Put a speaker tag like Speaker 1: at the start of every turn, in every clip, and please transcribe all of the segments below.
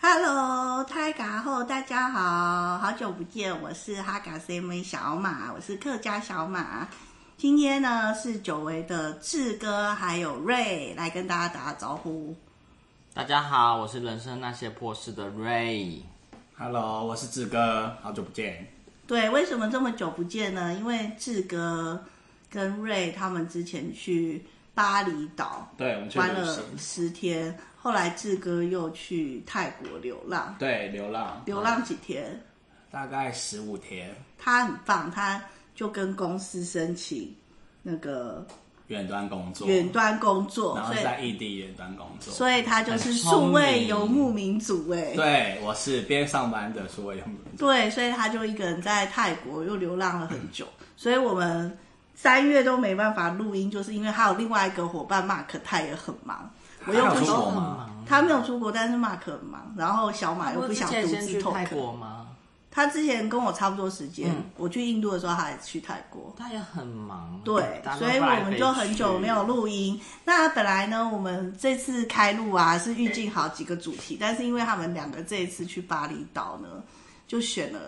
Speaker 1: Hello，泰嘎后大家好，好久不见，我是哈嘎 CM 小马，我是客家小马。今天呢是久违的志哥还有瑞来跟大家打招呼。
Speaker 2: 大家好，我是人生那些破事的 Ray。
Speaker 3: Hello，我是志哥，好久不见。
Speaker 1: 对，为什么这么久不见呢？因为志哥跟瑞他们之前去巴厘岛
Speaker 3: 对，我们去
Speaker 1: 玩
Speaker 3: 旅
Speaker 1: 了
Speaker 3: 行，
Speaker 1: 十天，后来志哥又去泰国流浪，
Speaker 3: 对，流浪，
Speaker 1: 流浪几天，
Speaker 3: 大概十五天，
Speaker 1: 他很棒，他就跟公司申请那个
Speaker 3: 远端工作，
Speaker 1: 远端工作
Speaker 3: 然，后
Speaker 1: 所
Speaker 3: 是在
Speaker 1: 以
Speaker 3: 异地远端工作。
Speaker 1: 所以他就是
Speaker 2: 很聪
Speaker 1: 数位
Speaker 2: 明
Speaker 1: 游牧民族哎、
Speaker 3: 对，我是边上班的所有人。
Speaker 1: 对，所以他就一个人在泰国又流浪了很久，所以我们三月都没办法录音，就是因为还有另外一个伙伴 Mark 他也很忙，我又
Speaker 3: 他
Speaker 1: 不
Speaker 3: 有出
Speaker 1: 想
Speaker 3: 国吗？
Speaker 1: 他没有出国，但是 Mark 很忙，然后小马又不想独
Speaker 2: 先
Speaker 1: 自
Speaker 2: 去
Speaker 1: 透
Speaker 2: 泰
Speaker 1: 课。
Speaker 2: 国吗？
Speaker 1: 他之前跟我差不多时间，
Speaker 2: 嗯
Speaker 1: 我去印度的时候，他也去泰国。
Speaker 2: 他也很忙，
Speaker 1: 对
Speaker 2: 大，家都
Speaker 1: 所以
Speaker 2: 飞来
Speaker 1: 我们就很久没有
Speaker 2: 飞去。
Speaker 1: 录音。那本来呢，我们这次开录啊是预定好几个主题，但是因为他们两个这一次去巴厘岛呢，就选了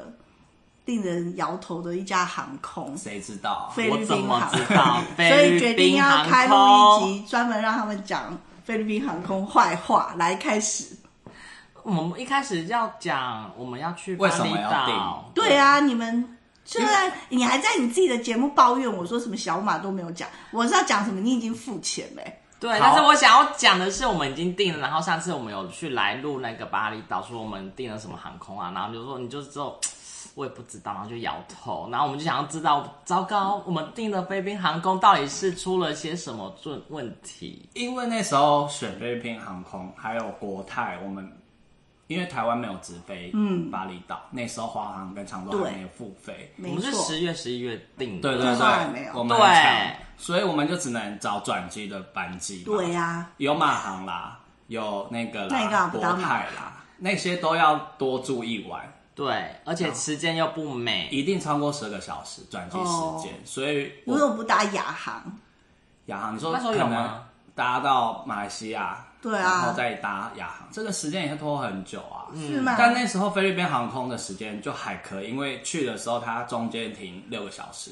Speaker 1: 令人摇头的一家航空，
Speaker 3: 谁知道？啊
Speaker 1: 菲律
Speaker 2: 我怎
Speaker 1: 宾
Speaker 2: 么
Speaker 1: 航
Speaker 2: 知道？
Speaker 1: 所以决
Speaker 2: 菲
Speaker 1: 定
Speaker 2: 律宾
Speaker 1: 要
Speaker 2: 航
Speaker 1: 开录
Speaker 2: 空
Speaker 1: 一集专门让他们讲菲律宾航空坏话。来，开始。
Speaker 2: 我们一开始要讲我们要去巴
Speaker 3: 为什
Speaker 2: 厘
Speaker 3: 么要
Speaker 2: 岛，
Speaker 1: 对啊，你们。虽然你还在你自己的节目抱怨我说什么小马都没有讲，我是要讲什么？你已经付钱嘞、
Speaker 2: 对，
Speaker 3: 好
Speaker 2: 但是我想要讲的是，我们已经订了，然后上次我们有去来录那个巴厘岛，说我们订了什么航空啊，然后就说你就之后。我也不知道，然后就摇头，然后我们就想要知道，糟糕，我们订的菲律宾航空到底是出了些什么问问题？
Speaker 3: 因为那时候选菲律宾航空，还有国泰，我们因为台湾没有直飞，嗯，巴厘岛那时候华航跟长洲还
Speaker 1: 对
Speaker 3: 没有付费，
Speaker 2: 我
Speaker 1: 没
Speaker 2: 们是
Speaker 1: 错，
Speaker 2: 十月、十一月订的，
Speaker 3: 对对
Speaker 1: 华航没
Speaker 3: 对
Speaker 1: 有，
Speaker 3: 我们
Speaker 2: 对
Speaker 3: 很强，所以我们就只能找转机的班机嘛。
Speaker 1: 对啊呀、
Speaker 3: 有马航啦，有那个
Speaker 1: 那你干嘛
Speaker 3: 啦，
Speaker 1: 不
Speaker 3: 国
Speaker 1: 当马航
Speaker 3: 泰啦，那些都要多住一晚，
Speaker 2: 对，而且时间又不美，
Speaker 3: 一定超过十个小时转机时间。所以
Speaker 1: 如
Speaker 3: 我
Speaker 1: 果哦不打亚航，
Speaker 3: 亚航，你说
Speaker 2: 那时候有
Speaker 3: 可能
Speaker 2: 吗
Speaker 3: 搭到马来西亚，
Speaker 1: 对啊
Speaker 3: 然后再搭亚航，这个时间也是拖很久啊。
Speaker 1: 嗯
Speaker 2: 嗯
Speaker 1: 是吗？
Speaker 3: 但那时候菲律宾航空的时间就还可以，因为去的时候它中间停六个小时，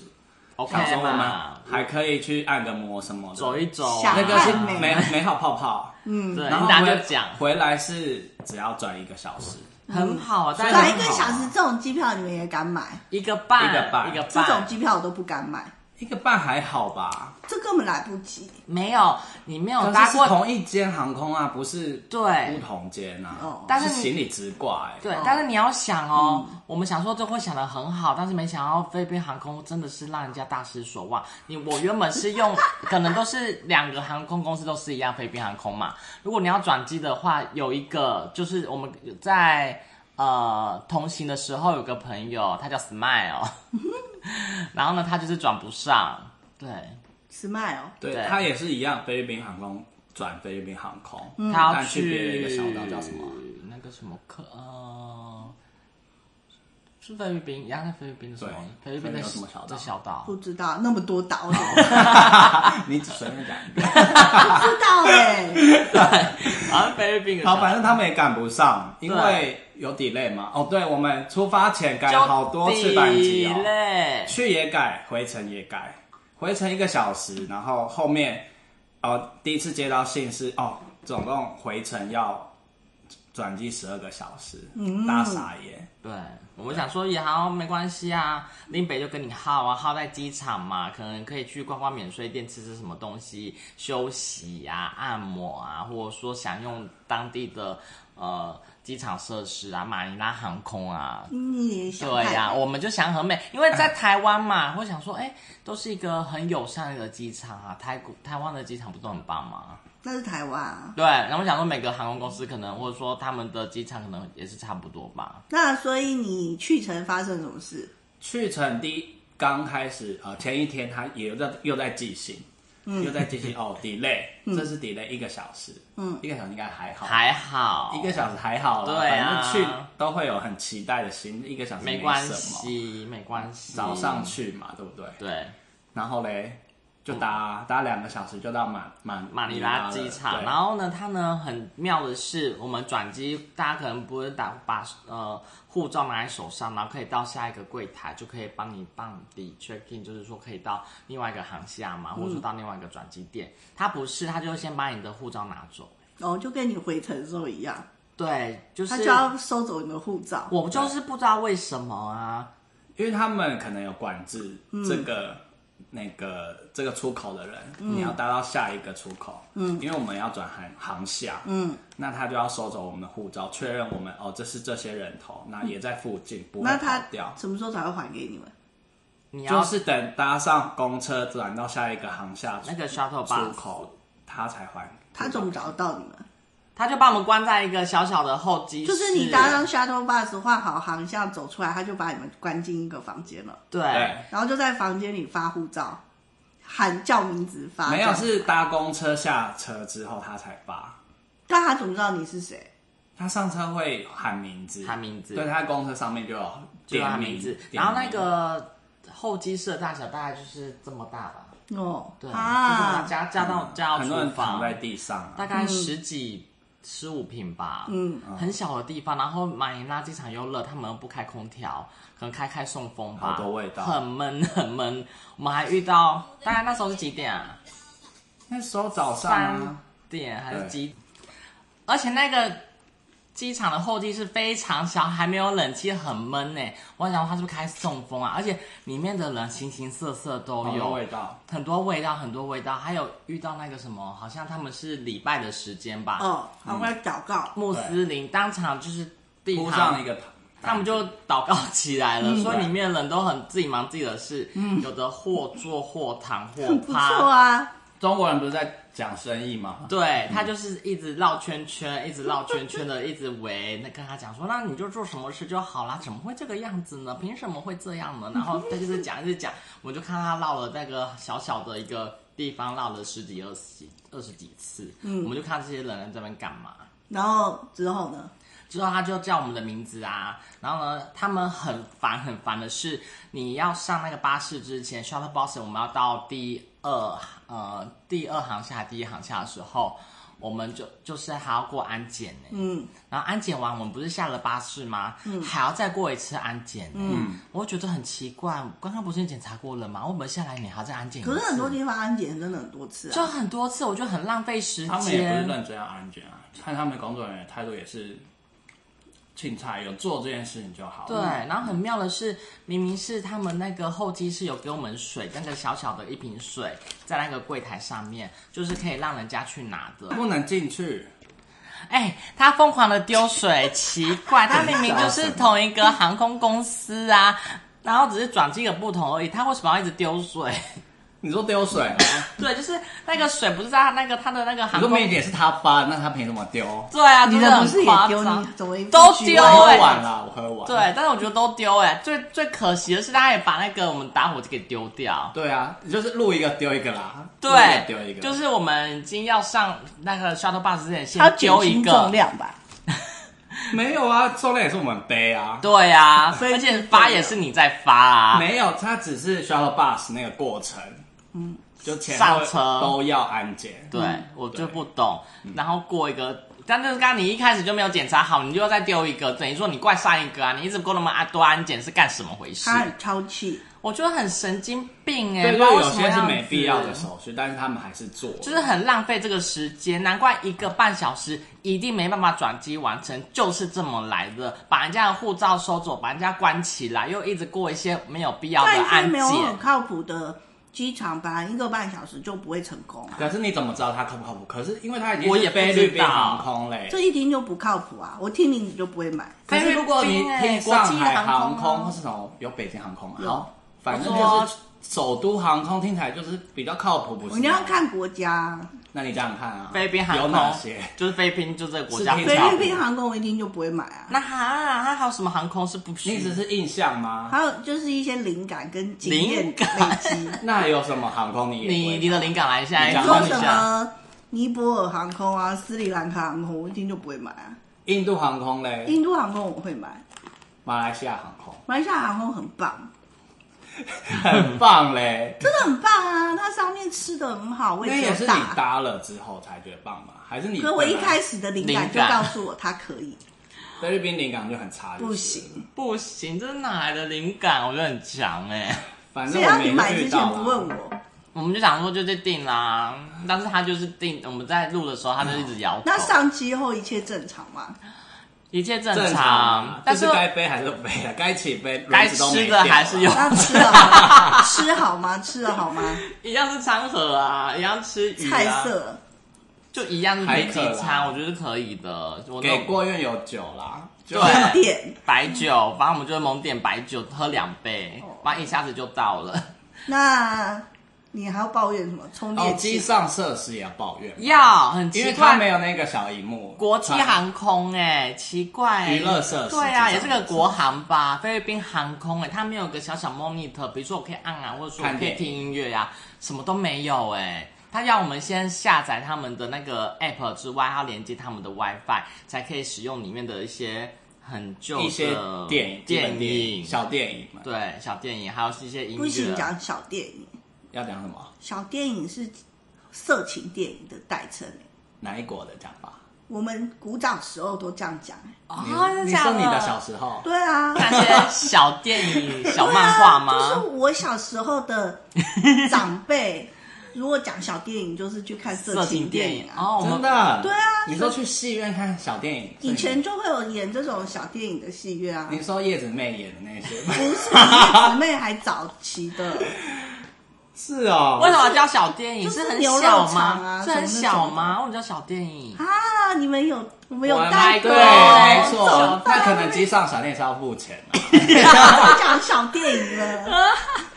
Speaker 2: ，OK
Speaker 3: 想说我们
Speaker 2: 嘛，
Speaker 3: 还可以去按个摩什么的，
Speaker 2: 走一走，
Speaker 1: 想
Speaker 3: 那个 是
Speaker 1: 看美
Speaker 3: 美美好泡泡，嗯，
Speaker 2: 对，
Speaker 3: 然后
Speaker 2: 你大家
Speaker 3: 回
Speaker 2: 就讲，
Speaker 3: 回来是只要转一个小时，
Speaker 2: 很好，大家
Speaker 1: 打
Speaker 2: 哎很
Speaker 1: 一
Speaker 2: 好
Speaker 1: 个小时这种机票你们也敢买？
Speaker 2: 一个半，
Speaker 3: 一个半
Speaker 2: 一个
Speaker 1: 这种
Speaker 2: 半，
Speaker 1: 机票我都不敢买，
Speaker 3: 一个半还好吧？
Speaker 1: 这根本来不及。
Speaker 2: 没有，你没有
Speaker 3: 可
Speaker 2: 哦搭
Speaker 3: 是是
Speaker 2: 过，
Speaker 3: 同一间航空啊，不是
Speaker 2: 对
Speaker 3: 不同间啊。
Speaker 1: 哦
Speaker 2: 但是
Speaker 3: 是行李直挂哎、
Speaker 2: 对
Speaker 1: 哦，
Speaker 2: 但是你要想哦，我们想说这会想的很好，但是没想到菲律宾航空真的是让人家大失所望。你我原本是用，可能都是两个航空公司都是一样，菲律宾航空嘛。如果你要转机的话，有一个就是我们在呃同行的时候有个朋友，他叫 Smile，然后呢他就是转不上，对，
Speaker 1: Smile，
Speaker 3: 对，
Speaker 2: 对
Speaker 3: 它也是一样，菲律宾航空转菲律宾航空，
Speaker 2: 他要
Speaker 3: 但去
Speaker 2: 去
Speaker 3: 别的一个小岛叫什么啊？
Speaker 2: 那个什么克呃。是菲律宾，一样在菲律宾的什么
Speaker 3: 对？
Speaker 2: 菲律宾的
Speaker 3: 菲律宾有什么小岛
Speaker 2: 这小岛？
Speaker 1: 不知道那么多 岛，我怎么
Speaker 3: 你只随便讲一个。
Speaker 1: 不知道哎、
Speaker 2: 好像啊菲律宾的小
Speaker 3: 好，
Speaker 2: 岛
Speaker 3: 反正他们也赶不上，因为有 delay 嘛。哦，对，我们出发前改了好多次班机
Speaker 2: 就地
Speaker 3: 哦，
Speaker 2: 嘞
Speaker 3: 去也改，回程也改，回程一个小时，然后后面哦，第一次接到信是哦，总共回程要转机十二个小时，
Speaker 2: 嗯
Speaker 3: 大傻眼。
Speaker 2: 对，我们想说也好，没关系啊。林北就跟你耗啊，耗在机场嘛，可能可以去逛逛免税店，吃吃什么东西，休息啊，按摩啊，或者说享用当地的呃机场设施啊，马尼拉航空啊，
Speaker 1: 你也想
Speaker 2: 对
Speaker 1: 太
Speaker 2: 呀、
Speaker 1: 美
Speaker 2: 我们就想很美，因为
Speaker 3: 哎
Speaker 2: 在台湾嘛，会想说，哎、都是一个很友善的机场啊，台国台湾的机场不都很棒吗？
Speaker 1: 那是台湾啊。
Speaker 2: 对，然后我想说每个航空公司可能或者说他们的机场可能也是差不多吧。
Speaker 1: 那所以你去程发生什么事？
Speaker 3: 去程第一刚开始，呃，前一天他也又在又在寄信，又在寄信哦，delay，这是 delay 一个小时，嗯，一个小时应该还好，
Speaker 2: 还好，
Speaker 3: 一个小时还好啦，
Speaker 2: 对啊
Speaker 3: 反正去都会有很期待的心，一个小时
Speaker 2: 没
Speaker 3: 什
Speaker 2: 关
Speaker 3: 么。
Speaker 2: 系，没关系。
Speaker 3: 早上去嘛，对不对？
Speaker 2: 对，
Speaker 3: 然后嘞，就搭、搭两个小时就到马马
Speaker 2: 嗯马尼拉机场，然
Speaker 3: 后
Speaker 2: 后呢，它呢很妙的是，我们转机，大家可能不是打把呃护照拿在手上，然后可以到下一个柜台，就可以帮你办理 check in，就是说可以到另外一个航厦嘛，或者说到另外一个转机点。它不是，它就先把你的护照拿走。
Speaker 1: 哦，就跟你回程的时候一样，
Speaker 2: 对，就是
Speaker 1: 他就要收走你的护照。
Speaker 2: 我就是不知道为什么啊，
Speaker 3: 因为他们可能有管制这个、那个这个出口的人，你要搭到下一个出口，嗯，因为我们要转航航下，嗯，那他就要收走我们的护照，确认我们哦这是这些人头，那也在附近，不会
Speaker 1: 那
Speaker 3: 跑
Speaker 1: 他
Speaker 3: 掉。
Speaker 1: 什么时候才会还给你们？
Speaker 2: 你
Speaker 3: 就
Speaker 2: 要
Speaker 3: 是等搭上公车转到下一个航下
Speaker 2: 那个 shuttle
Speaker 3: 出
Speaker 2: bus，
Speaker 3: 口，他才还。
Speaker 1: 他怎么找得到你们？
Speaker 2: 他就把我们关在一个小小的候机室，
Speaker 1: 就是你搭上 shuttle bus 换好航向走出来，他就把你们关进一个房间了，
Speaker 2: 对
Speaker 3: 对，
Speaker 1: 然后就在房间里发护照，喊叫名字发。
Speaker 3: 没
Speaker 1: 这
Speaker 3: 有
Speaker 1: 样
Speaker 3: 是搭公车下车之后他才发，
Speaker 1: 但他怎么知道你是谁？
Speaker 3: 他上车会喊名字，
Speaker 2: 喊名字
Speaker 3: 对，他公车上面就有
Speaker 2: 就
Speaker 3: 点
Speaker 2: 他
Speaker 3: 名
Speaker 2: 啊名字，
Speaker 3: 点
Speaker 2: 然后那
Speaker 3: 名
Speaker 2: 个候机室的大小大概就是这么大吧，
Speaker 1: 哦，
Speaker 2: 对，就是把它
Speaker 1: 啊，
Speaker 2: 加加到加到
Speaker 3: 很多人
Speaker 2: 厨房，
Speaker 3: 躺在地上啊，
Speaker 2: 大概十几十五平吧，嗯，很小的地方，然后马尼拉机场又热，他们又不开空调，可能开开送风吧，
Speaker 3: 好多味道
Speaker 2: 很闷很闷。我们还遇到，大概那时候是几点啊？
Speaker 3: 那时候早上
Speaker 2: 三
Speaker 3: 啊，
Speaker 2: 点还是
Speaker 3: 对
Speaker 2: 几？而且那个机场的候机是非常小，还没有冷气，很闷呢、我想他是不是开送风啊？而且里面的人形形色色都
Speaker 3: 好多
Speaker 2: 有，
Speaker 3: 味道，
Speaker 2: 很多味道，很多味道。还有遇到那个什么，好像他们是礼拜的时间吧，
Speaker 1: 哦，他
Speaker 2: 嗯
Speaker 1: 会祷告，
Speaker 2: 穆斯林当场就是地
Speaker 3: 铺
Speaker 2: 上
Speaker 3: 上一个嗯毯，
Speaker 2: 他们就祷告起来了，所以里面人都很自己忙自己的事，有的或坐或躺或
Speaker 1: 嗯很不
Speaker 2: 趴，
Speaker 1: 错啊。
Speaker 3: 中国人不是在讲生意吗？
Speaker 2: 对他就是一直绕圈圈，一直绕圈圈的，一直围。那跟他讲说，那你就做什么事就好啦，怎么会这个样子呢？凭什么会这样呢？然后他就是讲，一直讲，我就看他绕了那个小小的一个地方，绕了十几、二十几、二十几次。嗯，我们就看这些人在这边干嘛。
Speaker 1: 然后之后呢？
Speaker 2: 之后他就叫我们的名字啊，然后呢，他们很烦很烦的是，你要上那个巴士之前，shuttle bus 我们要到第二呃第二航下第一航下的时候，我们就就是还要过安检呢、
Speaker 1: 嗯，
Speaker 2: 然后安检完，我们不是下了巴士吗？还要再过一次安检、嗯，我就觉得很奇怪，刚刚不是你检查过了吗？为什么下来你还要再安检一次？
Speaker 1: 可是很多地方安检真的很多次
Speaker 2: 就
Speaker 1: 啊。
Speaker 2: 很多次，我觉得很浪费时间。
Speaker 3: 他们也不是认真要安全啊，看他们工作人员的态度也是，钦差有做这件事情就好
Speaker 2: 对，
Speaker 3: 了。
Speaker 2: 然后很妙的是，明明是他们那个候机室有给我们水，那个小小的一瓶水在那个柜台上面，就是可以让人家去拿的。
Speaker 3: 不能进去，
Speaker 2: 哎，他疯狂的丢水，奇怪， 他明明就是同一个航空公司啊，然后只是转机的不同而已，他为什么要一直丢水？
Speaker 3: 你说丢水吗？
Speaker 2: 对，就是那个水不是在他那个他的那个
Speaker 3: 你
Speaker 2: 航
Speaker 3: 说
Speaker 2: 空，
Speaker 3: 明明也是他发，那他凭什么丢？
Speaker 2: 对啊，
Speaker 1: 你的
Speaker 2: 真
Speaker 1: 不
Speaker 2: 很
Speaker 1: 是也
Speaker 2: 夸
Speaker 1: 丢
Speaker 2: 张
Speaker 1: 你，怎么一副
Speaker 2: 都
Speaker 1: 虚伪
Speaker 2: 丢
Speaker 3: 我
Speaker 2: 欸
Speaker 3: 喝完了，我喝完。
Speaker 2: 对，但是我觉得都丢哎、最最可惜的是，他也把那个我们打火机给丢掉。
Speaker 3: 对啊，你就是录一个丢一个啦，录一个
Speaker 2: 对，
Speaker 3: 丢一个，
Speaker 2: 就是我们已经要上那个 shuttle bus 之前，
Speaker 1: 他
Speaker 2: 先
Speaker 1: 减
Speaker 2: 丢一
Speaker 1: 轻
Speaker 2: 个
Speaker 1: 重。量吧？
Speaker 3: 没有啊，重量也是我们背啊，
Speaker 2: 对 呀、啊，
Speaker 1: 所以
Speaker 2: 而且发也是你在发啊。
Speaker 3: 没有，它只是 shuttle bus 那个过程，嗯，就前后
Speaker 2: 上车
Speaker 3: 都要安检，
Speaker 2: 对，我就不懂。
Speaker 3: 嗯
Speaker 2: 然后过一个，但就是刚刚你一开始就没有检查好，你就要再丢一个，等于说你怪上一个啊，你一直过那么多安检是干什么回事
Speaker 1: 他？很超气，
Speaker 2: 我觉得很神经病哎、不
Speaker 3: 对，
Speaker 2: 知
Speaker 3: 就
Speaker 2: 道为
Speaker 3: 有
Speaker 2: 什么
Speaker 3: 些是
Speaker 2: 样
Speaker 3: 没必要的
Speaker 2: 子
Speaker 3: 手续，但是他们还是做，
Speaker 2: 就是很浪费这个时间，难怪一个半小时一定没办法转机完成，就是这么来的。把人家的护照收走，把人家关起来，又一直过一些没有必要的
Speaker 1: 但是
Speaker 2: 安
Speaker 1: 没有很
Speaker 2: 检。
Speaker 1: 靠谱的机场吧，一个半小时就不会成功啊，
Speaker 3: 可是你怎么知道它靠不靠谱？可是因为它已经
Speaker 2: 我
Speaker 3: 是
Speaker 2: 也不知道
Speaker 3: 菲律宾航空嘞，
Speaker 1: 这一听就不靠谱啊！我听你就不会买，
Speaker 2: 啊
Speaker 3: 可是如果你
Speaker 2: 菲律宾欸
Speaker 3: 听
Speaker 2: 国
Speaker 3: 上
Speaker 2: 际
Speaker 3: 海
Speaker 2: 航
Speaker 3: 航
Speaker 2: 空啊
Speaker 3: 空或是什么，有北京航空嘛，
Speaker 1: 有
Speaker 3: 好，反正
Speaker 2: 我
Speaker 3: 就是首都航空听起来就是比较靠谱，不是？
Speaker 1: 你要，看国家啊，
Speaker 3: 那你这样看啊，
Speaker 2: 菲律宾航
Speaker 3: 有
Speaker 2: 空
Speaker 3: 哪些？
Speaker 2: 就是菲律宾，就这个国家
Speaker 3: 是
Speaker 2: 不
Speaker 3: 可
Speaker 1: 菲
Speaker 3: 以
Speaker 2: 知道
Speaker 3: 找
Speaker 1: 律宾航空我一听就不会买啊。
Speaker 2: 那哈、它还有什么航空是不
Speaker 3: 你
Speaker 2: 需
Speaker 3: 只是印象吗？
Speaker 2: 嗯
Speaker 1: 还有就是一些灵感跟经验
Speaker 2: 灵
Speaker 1: 累
Speaker 2: 感
Speaker 1: 积，
Speaker 3: 那有什么航空你也
Speaker 2: 你
Speaker 3: 会
Speaker 2: 你的灵感来一下，
Speaker 3: 你
Speaker 2: 你
Speaker 3: 讲
Speaker 1: 说
Speaker 2: 说一
Speaker 1: 什
Speaker 2: 下。
Speaker 1: 么尼泊尔航空啊、斯里兰卡航空，我一听就不会买啊。
Speaker 3: 印度航空嘞，
Speaker 1: 印度航空我会买，
Speaker 3: 马来西亚航空。
Speaker 1: 马来西亚航空很棒，
Speaker 3: 很棒嘞。
Speaker 1: 真的很棒啊！它上面吃的很好，我
Speaker 3: 那
Speaker 1: 觉
Speaker 3: 也是
Speaker 1: 得
Speaker 3: 你
Speaker 1: 大。
Speaker 3: 搭了之后才觉得棒吗？还是你？
Speaker 1: 可我一开始的灵感就
Speaker 2: 灵感
Speaker 1: 告诉我它可以，
Speaker 3: 菲律宾灵感就很差，
Speaker 1: 不行。
Speaker 2: 不行，这哪来的灵感？我觉得很强哎、
Speaker 3: 反
Speaker 1: 谁
Speaker 3: 正我
Speaker 1: 让
Speaker 3: 没
Speaker 1: 你买之
Speaker 3: 遇
Speaker 1: 前
Speaker 3: 到啊
Speaker 1: 不
Speaker 3: 嘛。
Speaker 1: 问我？
Speaker 2: 我们就想说就去定啦，但是他就是定，我们在录的时候他就一直摇头，
Speaker 1: 那上机后一切正常吗？
Speaker 2: 一切正
Speaker 3: 正啊
Speaker 2: 但
Speaker 3: 就是是该飞还是飞啊，该起飞
Speaker 2: 该
Speaker 3: 轮子都没
Speaker 2: 吃的
Speaker 3: 掉
Speaker 2: 还是
Speaker 3: 啊
Speaker 2: 有
Speaker 1: 那吃了好吗？吃好吗？吃了好吗？
Speaker 2: 一样是餐盒啊，一样吃鱼
Speaker 1: 菜
Speaker 2: 啊，
Speaker 1: 色
Speaker 2: 就一样是飞机
Speaker 3: 还可
Speaker 2: 餐，
Speaker 3: 啦
Speaker 2: 我觉得可以的。我那
Speaker 3: 给过院有酒啦，就
Speaker 2: 对
Speaker 1: 甜点，
Speaker 2: 白酒，反正我们就猛点白酒，喝两杯
Speaker 1: 哦，
Speaker 2: 反正一下子就到了。
Speaker 1: 那你还要抱怨什么充
Speaker 3: 哦
Speaker 1: 电，
Speaker 3: 机
Speaker 1: 器？
Speaker 3: 上设施也要抱怨，
Speaker 2: 要很奇
Speaker 3: 因
Speaker 2: 怪，
Speaker 3: 为它没有那个小荧幕，
Speaker 2: 国际航空哎、奇怪、
Speaker 3: 娱乐设施
Speaker 2: 对啊，
Speaker 3: 这种
Speaker 2: 也是个国航吧，菲律宾航空哎、它没有个小小 monitor，比如说我可以按啊，或者说我
Speaker 3: 看
Speaker 2: 可以
Speaker 3: 电
Speaker 2: 听
Speaker 3: 影
Speaker 2: 音乐呀、啊什么都没有哎、他要我们先下载他们的那个 app 之外，还要连接他们的 WiFi，才可以使用里面的一些很旧的
Speaker 3: 一些电影、基
Speaker 2: 电
Speaker 3: 本电
Speaker 2: 影
Speaker 3: 影、小电影嘛。
Speaker 2: 对小电影，还有一
Speaker 3: 啊
Speaker 2: 些音乐。
Speaker 1: 不行，讲小电影，
Speaker 3: 要讲什么？
Speaker 1: 小电影是色情电影的代称、
Speaker 3: 哪一国的讲法？
Speaker 1: 我们古早时候都这样讲、
Speaker 2: 啊
Speaker 3: 你
Speaker 1: 哦
Speaker 2: 真的
Speaker 3: 你
Speaker 2: 假
Speaker 3: 说你的
Speaker 2: 的
Speaker 3: 小时候，
Speaker 1: 对啊，
Speaker 2: 那些小电影、小漫画吗？
Speaker 1: 对啊就是我小时候的长辈，如果讲小电影， 就是去看色情电影啊。
Speaker 2: 哦，我们
Speaker 3: 真的？
Speaker 1: 对啊
Speaker 3: 你说去戏院看小电影，
Speaker 1: 以前就会有演这种小电影的戏院啊
Speaker 3: 所以，你说叶子妹演的那些，
Speaker 1: 不是比叶姊妹还早期的，
Speaker 3: 是哦
Speaker 2: 为。什么叫小电影？
Speaker 1: 就是
Speaker 2: 很
Speaker 1: 牛肉
Speaker 2: 小
Speaker 1: 肠
Speaker 2: 吗？
Speaker 1: 啊
Speaker 2: 是很
Speaker 1: 什么那种
Speaker 2: 小吗？为什么叫小电影？
Speaker 1: 啊，你们有我们有
Speaker 2: 我
Speaker 1: 带
Speaker 2: 买
Speaker 1: 过，哎哦
Speaker 3: 对，
Speaker 2: 过
Speaker 3: 没
Speaker 1: 怎么
Speaker 3: 错，
Speaker 1: 办
Speaker 3: 那可能机上小电影是要付钱啊
Speaker 1: 不讲小电影了，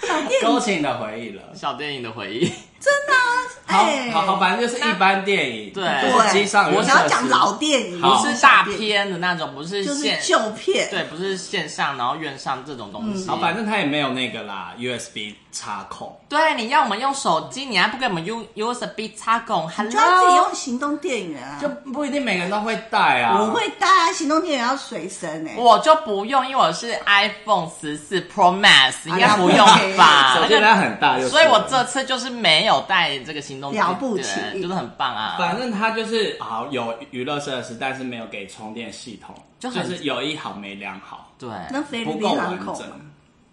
Speaker 1: 小电
Speaker 3: 勾
Speaker 1: 影
Speaker 3: 起你的回忆了。
Speaker 2: 小电影的回忆，
Speaker 1: 真的啊，
Speaker 3: 好
Speaker 1: 哎，
Speaker 3: 好好，反正就是一般电影，
Speaker 2: 对
Speaker 3: 就是机上
Speaker 1: 对，
Speaker 3: 有
Speaker 1: 你
Speaker 3: 设施
Speaker 1: 要讲老电影，
Speaker 2: 不哦
Speaker 3: 好
Speaker 2: 是大
Speaker 1: 小电影，
Speaker 2: 片的那种，不是
Speaker 1: 就是
Speaker 2: 线
Speaker 1: 旧片，
Speaker 2: 对，不是线上然后院上这种东西。
Speaker 3: 好，
Speaker 1: 嗯
Speaker 3: 反正它也没有那个啦，USB 插孔。
Speaker 2: 对，你要我们用手机，你还不给我们用 USB 插孔
Speaker 1: 你就要自己
Speaker 2: ？Hello，
Speaker 1: 用行动电源啊
Speaker 3: 就。不一定每个人都会带啊。
Speaker 1: 我会带啊，行动电源要随身哎、
Speaker 2: 我就不用，因为我是 iPhone 十四 Pro Max，应该不用 吧？
Speaker 3: 手机量很大，就是
Speaker 2: 所以我这次就是没有带这个行动电
Speaker 1: 了不起
Speaker 2: 对就是很棒啊！
Speaker 3: 反正它就是好有娱乐设施，但是没有给充电系统，
Speaker 2: 就
Speaker 3: 就
Speaker 2: 很
Speaker 3: 是有一好没两好，
Speaker 2: 对，
Speaker 1: 那菲律
Speaker 3: 不
Speaker 1: 宾
Speaker 3: 够
Speaker 1: 航
Speaker 3: 完
Speaker 1: 空嘛，
Speaker 3: 整。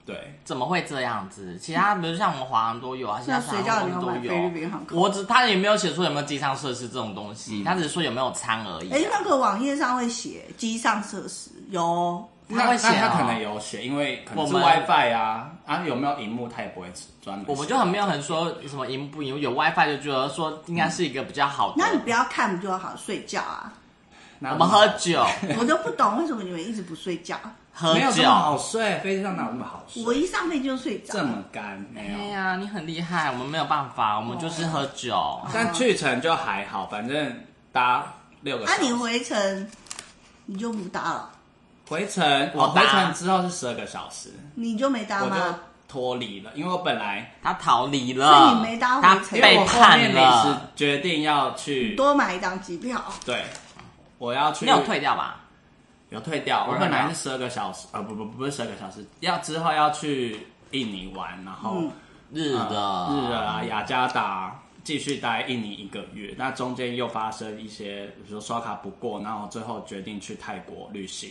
Speaker 3: 对，
Speaker 2: 怎么会这样子？其他比如像我们华航都有啊，现在
Speaker 1: 那谁叫你要
Speaker 2: 都
Speaker 1: 买菲律宾
Speaker 2: 有
Speaker 1: 航。空
Speaker 2: 我只他也没有写出有没有机上设施这种东西，他只是说有没有餐而已啊。
Speaker 1: 哎、那个网页上会写机上设施有，
Speaker 2: 他会写
Speaker 3: 那那他可能
Speaker 2: 啊，
Speaker 3: 有写，因为可能是
Speaker 2: 我们
Speaker 3: WiFi 啊，啊有没有荧幕他也不会专门写。
Speaker 2: 我们就很没有很说什么赢不赢，有 WiFi 就觉得说应该是一个比较好的。
Speaker 1: 那你不要看不就好睡觉啊？
Speaker 3: 那
Speaker 2: 我们喝酒，
Speaker 1: 我就不懂为什么你们一直不睡觉，
Speaker 2: 喝
Speaker 3: 没有这
Speaker 2: 酒
Speaker 3: 么。好睡，飞机上哪有那么好睡？
Speaker 1: 我一上飞机就睡着
Speaker 3: 这。么干没
Speaker 2: 哎
Speaker 3: 有，
Speaker 2: 呀，你很厉害，我们没有办法，我们就是喝酒。
Speaker 1: 哦
Speaker 3: 但去程就还好，反正搭六个
Speaker 1: 啊
Speaker 3: 小，时。
Speaker 1: 你回程你就不搭了，
Speaker 3: 回程，
Speaker 2: 我啊
Speaker 3: 我
Speaker 2: 搭
Speaker 3: 回程之后是十二个小时，
Speaker 1: 你就没搭
Speaker 3: 我就
Speaker 1: 吗？
Speaker 3: 脱离了，因为我本来
Speaker 2: 他逃离
Speaker 1: 所
Speaker 2: 了，
Speaker 1: 以你没搭回
Speaker 2: 他
Speaker 1: 程
Speaker 3: 因为
Speaker 2: 背
Speaker 3: 我后
Speaker 2: 叛
Speaker 3: 面临时
Speaker 2: 了。
Speaker 3: 决定要去，
Speaker 1: 多买一张机票，
Speaker 3: 对，我要去，
Speaker 2: 你有退掉吧？
Speaker 3: 有退掉，
Speaker 2: 我
Speaker 3: 我
Speaker 2: 有
Speaker 3: 本来
Speaker 2: 退掉
Speaker 3: 是十二个小时，啊不不不是十二个小时，要之后要去印尼玩，然后、
Speaker 1: 嗯
Speaker 2: 日的，
Speaker 3: 呃日的啊雅加达。继续待印尼一个月，那中间又发生一些，比如说刷卡不过，然后最后决定去泰国旅行。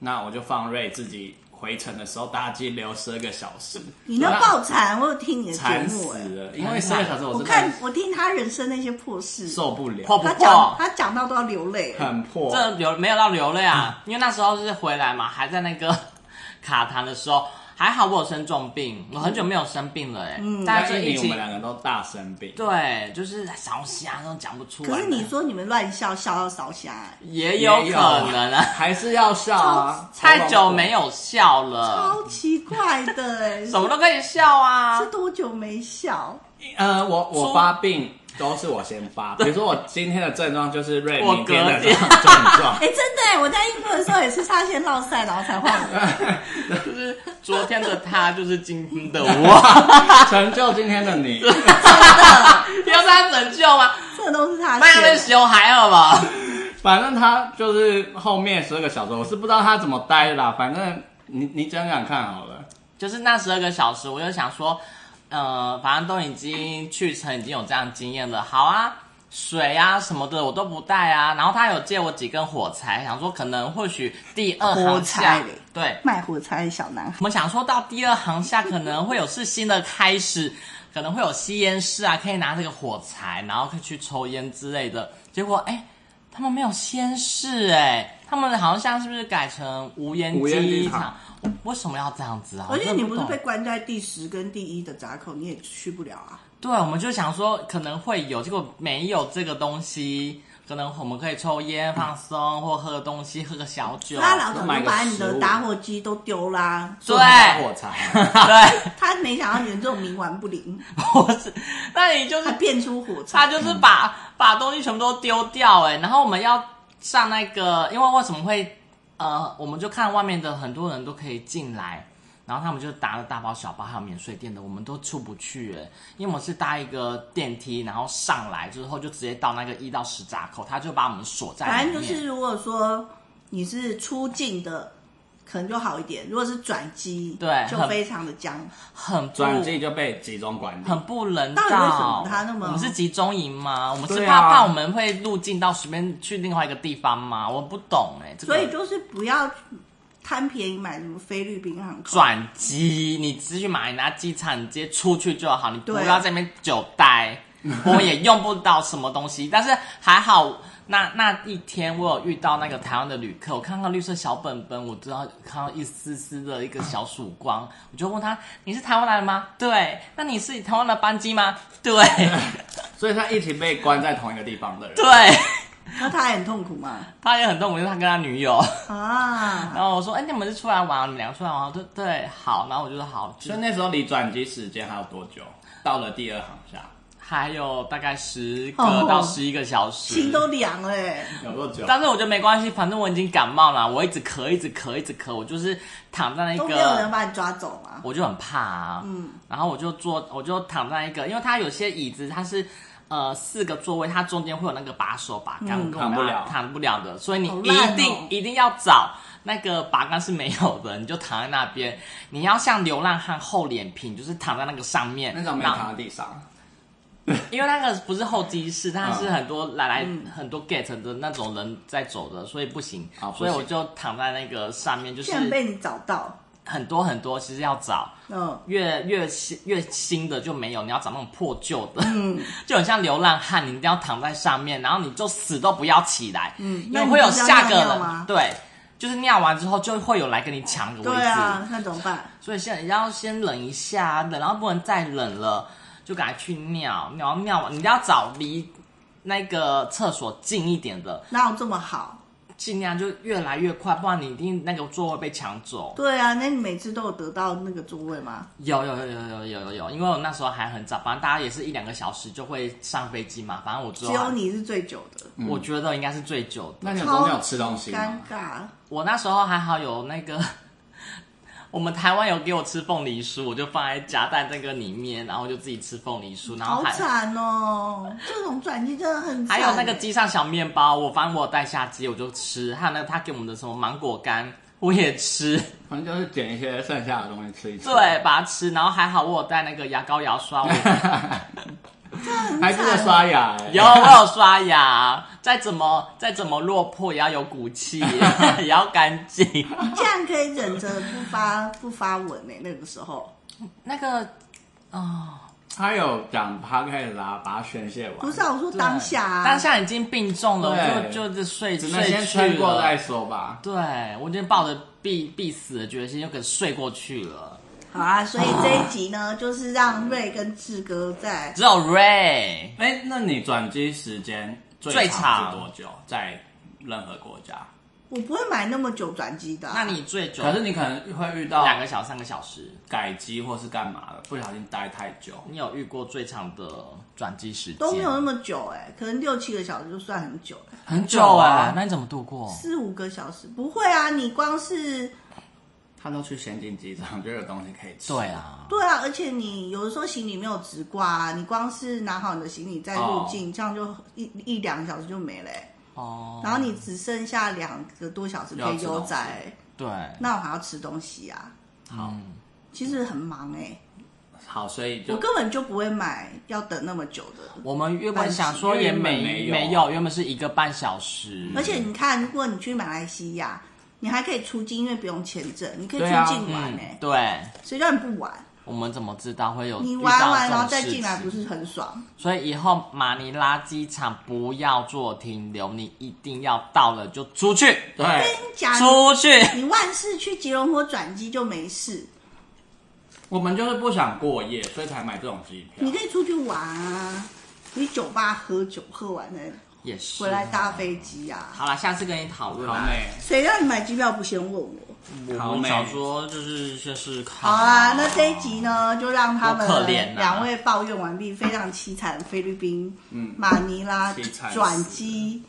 Speaker 3: 那我就放瑞自己回程的时候搭机留十二个小时，
Speaker 1: 你那
Speaker 3: 那
Speaker 1: 爆产，我有听你的节
Speaker 3: 惨
Speaker 1: 目
Speaker 3: 死
Speaker 1: 哎、
Speaker 3: 了，
Speaker 2: 欸
Speaker 3: 因为十二个小时我
Speaker 1: 我
Speaker 3: 真
Speaker 1: 看
Speaker 3: 的
Speaker 1: 我听他人生那些破事，
Speaker 3: 受不了，
Speaker 2: 破不
Speaker 1: 他讲
Speaker 2: 破？
Speaker 1: 他讲到都要流泪，
Speaker 3: 很破，
Speaker 2: 这流没有到流泪啊，因为那时候是回来嘛，还在那个 卡痰的时候，还好我有生重病，我很久没有生病了哎、欸，嗯大家
Speaker 3: 在
Speaker 2: 这
Speaker 3: 印
Speaker 2: 疫
Speaker 3: 尼我们
Speaker 2: 情，
Speaker 3: 两个都大生病，
Speaker 2: 对，就是烧虾都讲不出来。
Speaker 1: 可是你说你们乱笑，笑到烧瞎、
Speaker 3: 嗯
Speaker 2: 也有可能啊，
Speaker 3: 还是要笑啊！
Speaker 2: 太久没
Speaker 3: 有，
Speaker 2: 有笑了，
Speaker 1: 超奇怪的 哎、
Speaker 2: 什么都可以笑啊
Speaker 1: 是。多久没笑？
Speaker 3: 呃，我
Speaker 2: 出
Speaker 3: 我发病都是我先发，比如说我今天的症状就是瑞
Speaker 2: 我
Speaker 3: 明天的
Speaker 2: 隔天
Speaker 3: 症状
Speaker 1: 哎、，真的、欸，我在英国的时候也是差线落赛，然后才换 的。
Speaker 2: 就是昨天的他，就是今天的 我，
Speaker 3: 成就今天的你。
Speaker 2: 要是他拯救吗？
Speaker 1: 这都是差
Speaker 2: 那要被
Speaker 1: 线。
Speaker 2: 修还好吧？
Speaker 3: 反正他就是后面十二个小时，我是不知道他怎么待的啦。反正你你讲讲看好了，
Speaker 2: 就是那十二个小时，我就想说，呃，反正都已经去程已经有这样经验了，好啊，水啊什么的我都不带啊。然后他有借我几根火柴，想说可能或许第二
Speaker 1: 火
Speaker 2: 行
Speaker 1: 柴
Speaker 2: 下
Speaker 1: 嘞，
Speaker 2: 对，
Speaker 1: 卖火柴的小男孩，
Speaker 2: 我们想说到第二行下可能会有是新的开始，可能会有吸烟室啊，可以拿这个火柴，然后可以去抽烟之类的。结果哎，他们没有吸烟室哎，他们好像是不是改成无烟
Speaker 3: 无烟
Speaker 2: 机
Speaker 3: 机场
Speaker 2: 我为什么要这样子啊？
Speaker 1: 而且
Speaker 2: 我真的
Speaker 1: 你不是
Speaker 2: 懂
Speaker 1: 被关在第十跟第一的闸口，你也去不了啊。
Speaker 2: 对，我们就想说可能会有，结果没有这个东西。可能我们可以抽烟放松，或喝个东西，喝个小酒。
Speaker 1: 他老早
Speaker 3: 啊买
Speaker 1: 就
Speaker 3: 个
Speaker 1: 把你
Speaker 3: 食
Speaker 1: 的
Speaker 3: 物
Speaker 1: 打火机都丢啦，
Speaker 2: 对
Speaker 3: 打火柴，
Speaker 2: 对，
Speaker 1: 他没想到你这种冥顽不 灵，
Speaker 2: 我是，那你就是
Speaker 1: 他变出火
Speaker 2: 他
Speaker 1: 柴。
Speaker 2: 就是把、把东西全部都丢掉哎、欸然后我们要上那个，因为为什么会呃，我们就看外面的很多人都可以进来，然后他们就打了大包小包，还有免税店的，我们都出不去哎、欸因为我们是搭一个电梯，然后上来之后就直接到那个一到十闸口，他就把我们锁在
Speaker 1: 反
Speaker 2: 里
Speaker 1: 正
Speaker 2: 面。
Speaker 1: 就是，如果说你是出境的，可能就好一点；如果是转机，
Speaker 2: 对
Speaker 1: 就
Speaker 2: 很
Speaker 1: 非常的僵。
Speaker 2: 很不
Speaker 3: 转机就被集中管理。
Speaker 2: 很不人道。
Speaker 1: 到底为什么他那么
Speaker 2: 我们是集中营吗？我们是
Speaker 3: 对
Speaker 2: 怕
Speaker 3: 啊
Speaker 2: 怕我们会入境到随便去另外一个地方吗？我不懂哎、欸这个
Speaker 1: 所以就是不要贪便宜买什么菲律宾航空，
Speaker 2: 转机，你只去马尼拉机场，你直接出去就好，你不
Speaker 1: 对啊
Speaker 2: 要在那边久 待。我们也用不到什么东西，但是还好，那那一天我有遇到那个台湾的旅客，我看到绿色小本本，我知道看到一丝丝的一个小曙光，我就问他：“你是台湾来的吗？”对。那你是台湾的班机吗？对
Speaker 3: 所以他一起被关在同一个地方的人，
Speaker 2: 对，
Speaker 1: 那他也很痛苦嘛。
Speaker 2: 他也很痛苦，因为他跟他女友。
Speaker 1: 啊，
Speaker 2: 然后我说：“哎、你们是出来玩？你们两个出来玩？”我说：“对，好。”然后我就说：“好。”
Speaker 3: 所以那时候离转机时间还有多久？到了第二航厦
Speaker 2: 还有大概十
Speaker 1: 哦
Speaker 2: 个到十一个小时。
Speaker 1: 心都凉了、欸。
Speaker 3: 有多久？
Speaker 2: 但是我觉得没关系，反正我已经感冒了，我一直咳，一直咳，一直咳，我就是躺在那
Speaker 1: 都没有人
Speaker 2: 个，
Speaker 1: 把你抓走嘛。
Speaker 2: 我就很怕啊。嗯，然后我就坐，我就躺在一个，因为它有些椅子它是呃四个座位，它中间会有那个把手把杆，我跟我
Speaker 3: 躺不
Speaker 2: 妈
Speaker 3: 了
Speaker 2: 躺不了的，所以
Speaker 1: 嗯
Speaker 2: 你
Speaker 1: 好
Speaker 2: 一
Speaker 1: 烂哦
Speaker 2: 定、一定要找。那个把杆是没有的，你就躺在那边。你要像流浪汉厚脸皮，就是躺在那个上面。
Speaker 3: 那时候没
Speaker 2: 然后
Speaker 3: 躺在地上，
Speaker 2: 因为那个不是候机室，它是很多
Speaker 1: 嗯
Speaker 2: 来来、很多 get 的那种人在走的，所以不行。
Speaker 3: 啊不
Speaker 2: 所
Speaker 3: 行
Speaker 2: 以我就躺在那个上面，就是
Speaker 1: 竟然被你找到，
Speaker 2: 很多很多，其实要找
Speaker 1: 嗯，
Speaker 2: 越越新越新的就没有，你要找那种破旧的，
Speaker 1: 嗯
Speaker 2: 就很像流浪汉，你一定要躺在上面，然后你就死都不要起来，嗯因
Speaker 1: 那
Speaker 2: 为
Speaker 1: 你
Speaker 2: 会有
Speaker 1: 不是要
Speaker 2: 下个
Speaker 1: 尿尿
Speaker 2: 人
Speaker 1: 吗
Speaker 2: 对。就是尿完之后就会有来跟你抢个位置，
Speaker 1: 对啊，那怎么办？
Speaker 2: 所以现在要先冷一下，冷到不能再冷了，就赶快去尿，尿尿完，你一定要找离那个厕所近一点的，
Speaker 1: 哪有这么好？
Speaker 2: 尽量就越来越快，不然你一定那个座位被抢走。
Speaker 1: 对啊，那你每次都有得到那个座位吗？
Speaker 2: 有有有有有有有有，因为我那时候还很早，反正大家也是一两个小时就会上飞机嘛，反正我之
Speaker 1: 只
Speaker 2: 后
Speaker 1: 有你是最久的，
Speaker 2: 我觉得应该是最久的。
Speaker 3: 那你有中间有吃东西
Speaker 1: 尴
Speaker 2: 啊
Speaker 3: 吗？
Speaker 1: 尬。
Speaker 2: 我那时候还好有那个，我们台湾有给我吃凤梨酥，我就放在夹带那个里面，然后就自己吃凤梨酥，然后
Speaker 1: 好
Speaker 2: 还
Speaker 1: 惨哦！这种转机真的很惨
Speaker 2: 还
Speaker 1: 欸。
Speaker 2: 有那个机上小面包，我反正我有带下机我就吃，还有那个他给我们的什么芒果干。我也吃，
Speaker 3: 反正就是捡一些剩下的东西吃一吃。
Speaker 2: 对，，把它吃，然后还好我有带那个牙膏牙刷，我
Speaker 3: 还记得刷牙、欸？
Speaker 2: 有我有刷牙，再怎么再怎么落魄也要有骨气，也要干净。
Speaker 1: 你竟然可以忍着不发不发文呢、那个时候
Speaker 2: 那个
Speaker 3: 他有讲 podcast 啊，把它宣泄完，
Speaker 1: 不是、啊、我说当下、啊，
Speaker 2: 当下已经病重了，我
Speaker 3: 对
Speaker 2: 就就是睡
Speaker 3: 只能
Speaker 2: 睡
Speaker 3: 先
Speaker 2: 去
Speaker 3: 撑过再
Speaker 2: 了。
Speaker 3: 说吧。
Speaker 2: 对，我已经抱着必必死的决心，就给睡过去了。
Speaker 1: 好啊。所以这一集呢，就是让瑞跟志哥在
Speaker 2: 只有 Ray
Speaker 3: 哎、那你转机时间
Speaker 2: 最
Speaker 3: 最
Speaker 2: 长
Speaker 3: 是多久？在任何国家？
Speaker 1: 我不会买那么久转机的啊、
Speaker 2: 那你最久
Speaker 3: 可是你可能会遇到
Speaker 2: 两个小时、三个小时，
Speaker 3: 改机或是干嘛的，不小心待太久。
Speaker 2: 你有遇过最长的转机时间？
Speaker 1: 都没有那么久哎、可能六七个小时就算很久了、
Speaker 3: 很
Speaker 2: 久哎、那你怎么度过？
Speaker 1: 四五个小时不会啊。你光是
Speaker 3: 他都去先进机场就有东西可以吃。
Speaker 2: 对，啊，
Speaker 1: 对啊，而且你有的时候行李没有直挂啊，你光是拿好你的行李再入境，这样就一一两个小时就没了欸、
Speaker 2: 哦，
Speaker 1: 然后你只剩下两个多小时可以悠
Speaker 3: 要吃东
Speaker 1: 哉，
Speaker 2: 对，
Speaker 1: 那我还要吃东西啊。
Speaker 2: 好，
Speaker 1: 其实很忙哎、
Speaker 2: 好，所以
Speaker 1: 我
Speaker 2: 就
Speaker 1: 根本就不会买要等那么久的。
Speaker 2: 我们原本想说也没
Speaker 3: 原本
Speaker 2: 没
Speaker 3: 没有
Speaker 2: 有，原本是一个半小时，
Speaker 1: 而且你看，如果你去马来西亚，你还可以出境，因为不用签证，你可以出
Speaker 2: 对啊，
Speaker 1: 境玩
Speaker 2: 嗯
Speaker 1: 哎、
Speaker 2: 对，
Speaker 1: 谁叫你不玩？
Speaker 2: 我们怎么知道会有
Speaker 1: 你
Speaker 2: 遇
Speaker 1: 玩
Speaker 2: 到
Speaker 1: 完然
Speaker 2: 这种
Speaker 1: 后再
Speaker 2: 事
Speaker 1: 进来，
Speaker 2: 情
Speaker 1: 不是很爽？
Speaker 2: 所以以后马尼拉机场不要做停留，你一定要到了就出去，
Speaker 1: 跟
Speaker 2: 对，
Speaker 1: 你讲，
Speaker 2: 出去。
Speaker 1: 你万事去吉隆坡转机就没事，
Speaker 3: 我们就是不想过夜，所以才买这种机票
Speaker 1: 你。可以出去玩啊，你酒吧喝酒，喝完再
Speaker 2: 也是
Speaker 1: 回来搭飞机啊。
Speaker 2: 好啦，下次跟你讨论
Speaker 3: 好
Speaker 2: 啦。
Speaker 3: 美，
Speaker 1: 谁让你买机票不先问我？
Speaker 2: 我们想说就是先试看。
Speaker 1: 好啊，那这一集呢，就让他们
Speaker 2: 多可怜啊
Speaker 1: 两位抱怨完毕，非常凄惨，菲律宾
Speaker 3: 嗯，
Speaker 1: 马尼拉
Speaker 3: 凄惨
Speaker 1: 转机。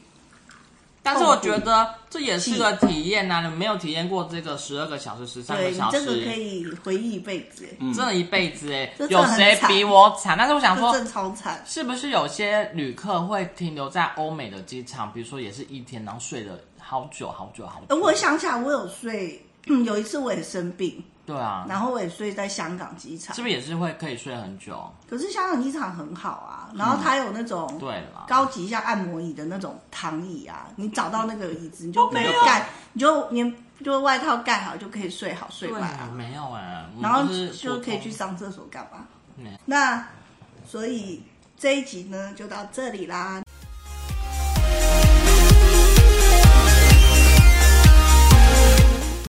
Speaker 2: 但是我觉得这也是个体验呐、你没有体验过这个十二个小时、十三
Speaker 1: 对
Speaker 2: 个
Speaker 1: 你
Speaker 2: 小
Speaker 1: 这个
Speaker 2: 时，
Speaker 1: 可以回忆一辈子，
Speaker 3: 嗯
Speaker 2: 真的一辈子哎、
Speaker 1: 这真的
Speaker 2: 有
Speaker 1: 很
Speaker 2: 谁
Speaker 1: 惨
Speaker 2: 比我惨？但是我想
Speaker 1: 这
Speaker 2: 说，
Speaker 1: 正超惨。
Speaker 2: 是不是有些旅客会停留在欧美的机场，比如说也是一天，然后睡了好久好久好久？
Speaker 1: 呃我想起来，我有睡，嗯有一次我也生病，
Speaker 2: 对啊，
Speaker 1: 然后我也睡在香港机场
Speaker 2: 是。不是也是会可以睡很久？
Speaker 1: 可是香港机场很好啊，然后它有那种
Speaker 2: 嗯对啦，
Speaker 1: 高级像按摩椅的那种躺椅啊，你找到那个椅子，你就
Speaker 2: 我
Speaker 1: 你
Speaker 2: 哦没有
Speaker 1: 就盖，你就你就外套盖好就可以睡好睡
Speaker 2: 对
Speaker 1: 满
Speaker 2: 啊
Speaker 1: 啊，，
Speaker 2: 没有哎、我们
Speaker 1: 然后
Speaker 2: 都是
Speaker 1: 就
Speaker 2: 普
Speaker 1: 可以
Speaker 2: 通
Speaker 1: 去上厕所干嘛
Speaker 2: 嗯？
Speaker 1: 那所以这一集呢就到这里啦。